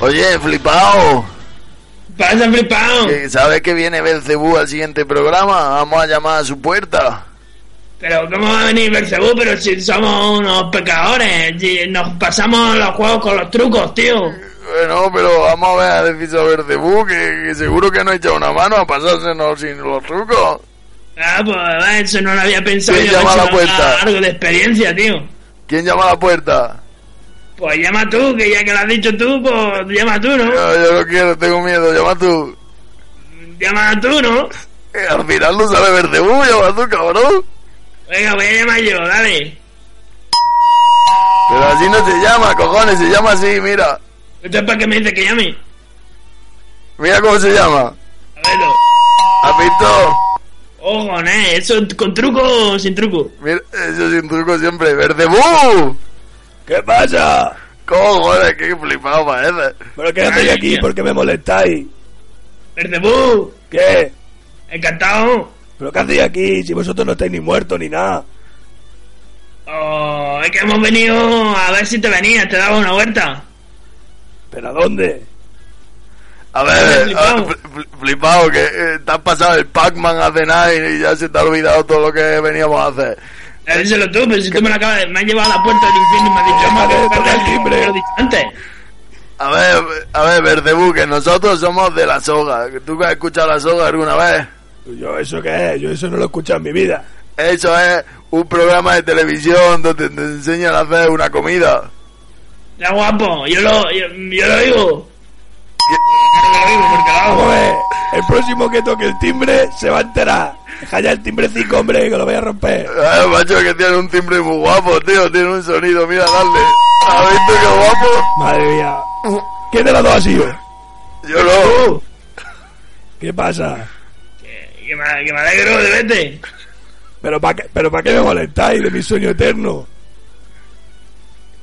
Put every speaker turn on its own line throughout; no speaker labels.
Oye, flipao.
Vaya flipao.
que ¿Sabes que viene Belcebú al siguiente programa? Vamos a llamar a su puerta.
Pero ¿cómo va a venir Belcebú? Pero si somos unos pecadores. si nos pasamos los juegos con los trucos, tío.
Bueno, Eh, pero vamos a ver a decir a Belcebú, que, que seguro que no ha echado una mano a pasársenos sin los trucos.
Ah, pues ah, eso no lo había pensado
¿Quién
yo.
llama a la
macho,
puerta?
Algo de experiencia, tío.
¿Quién llama a la puerta?
Pues llama tú, que ya que lo has dicho tú, pues llama tú, ¿no?
Yo, yo no quiero, tengo miedo. Llama tú.
Llama tú, ¿no?
Eh, al final no sale Belcebú, llama tú, cabrón.
Venga, voy a llamar yo, dale.
Pero así no se llama, cojones, se llama así, mira.
Esto es para que me dices que llame.
Mira cómo se llama.
A verlo.
¿Has visto?
Ojo, ¿eh? ¿Eso con truco o sin truco?
Mira, eso es un truco siempre. ¡Verdebú!
¿Qué pasa?
Cojones, qué flipado parece.
¿Pero qué hacéis aquí? ¿Por qué me molestáis?
Belcebú,
¿Qué?
encantado.
¿Pero qué hacéis aquí si vosotros no estáis ni muertos ni nada?
Oh, es que hemos venido a ver si te venías, te daba una vuelta.
¿Pero a dónde?
A ver,
Flipao.
a- fl- fl- flipao, que eh, te has pasado el Pac-Man hace nada y y ya se te ha olvidado todo lo que veníamos a hacer.
Díselo tú, pero si tú me lo acabas de... Me has llevado a la puerta del infierno y me has dicho...
Llama,
"Vamos a
que toca el
hablar",
timbre.
te lo he dicho antes.
A ver, a ver, Verdebú, que nosotros somos de la soga. ¿Tú has escuchado la soga alguna vez?
Pues Yo eso qué es, yo eso no lo he escuchado en mi vida.
Eso es un programa de televisión donde te enseñan a hacer una comida.
Está guapo, yo lo, yo, yo lo oigo.
¿Qué-
Yo lo oigo porque lo hago.
Joder, el próximo que toque el timbre se va a enterar. Deja ya el timbrecito, hombre, que lo voy a romper.
Ah, macho, que tiene un timbre muy guapo, tío. Tiene un sonido, mira, dale. ¿Has visto qué guapo?
Madre mía. ¿Quién de los dos ha sido?
Yo no.
¿Qué pasa?
Que me, que me alegro de verte.
¿Pero para qué, pero pa qué me molestáis de mi sueño eterno?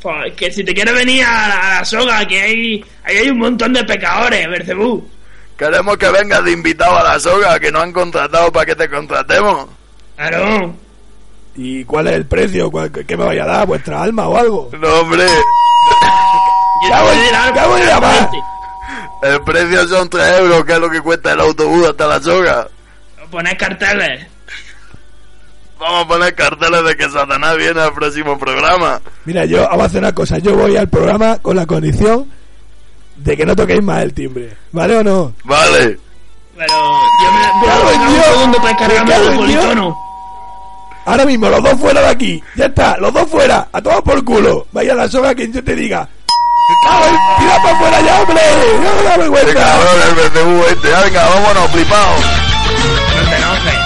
Pues que si te quieres venir a la, a la soga, que hay, ahí hay un montón de pecadores, Bercebú.
Queremos que vengas de invitado a la soga, que nos han contratado para que te contratemos.
Claro.
¿Y cuál es el precio? ¿Cuál- ¿Qué qué me vais a dar? ¿Vuestra alma o algo?
No, hombre,
Yo
Ya
te
voy-
voy a dar algo
ya voy a llamar.
el precio son 3 euros, que es lo que cuesta el autobús hasta la soga.
Poner carteles.
Vamos a poner carteles de que Satanás viene al próximo programa.
Mira, yo vamos a hacer una cosa. Yo voy al programa con la condición de que no toquéis más el timbre. ¿Vale o no?
Vale.
Pero yo me voy a
Claro,
buscar un
Dios.
segundo para descargarme
Claro,
el
Dios.
politono.
Ahora mismo, los dos fuera de aquí. Ya está, los dos fuera. A todos por culo. Vaya a la soga quien yo te diga. ¡Ay, ¡Tira para fuera ya, hombre! ¡No me da
Qué
vergüenza!
cabrón el BCU este. Ya, Venga, vámonos, flipao.
No te enojes.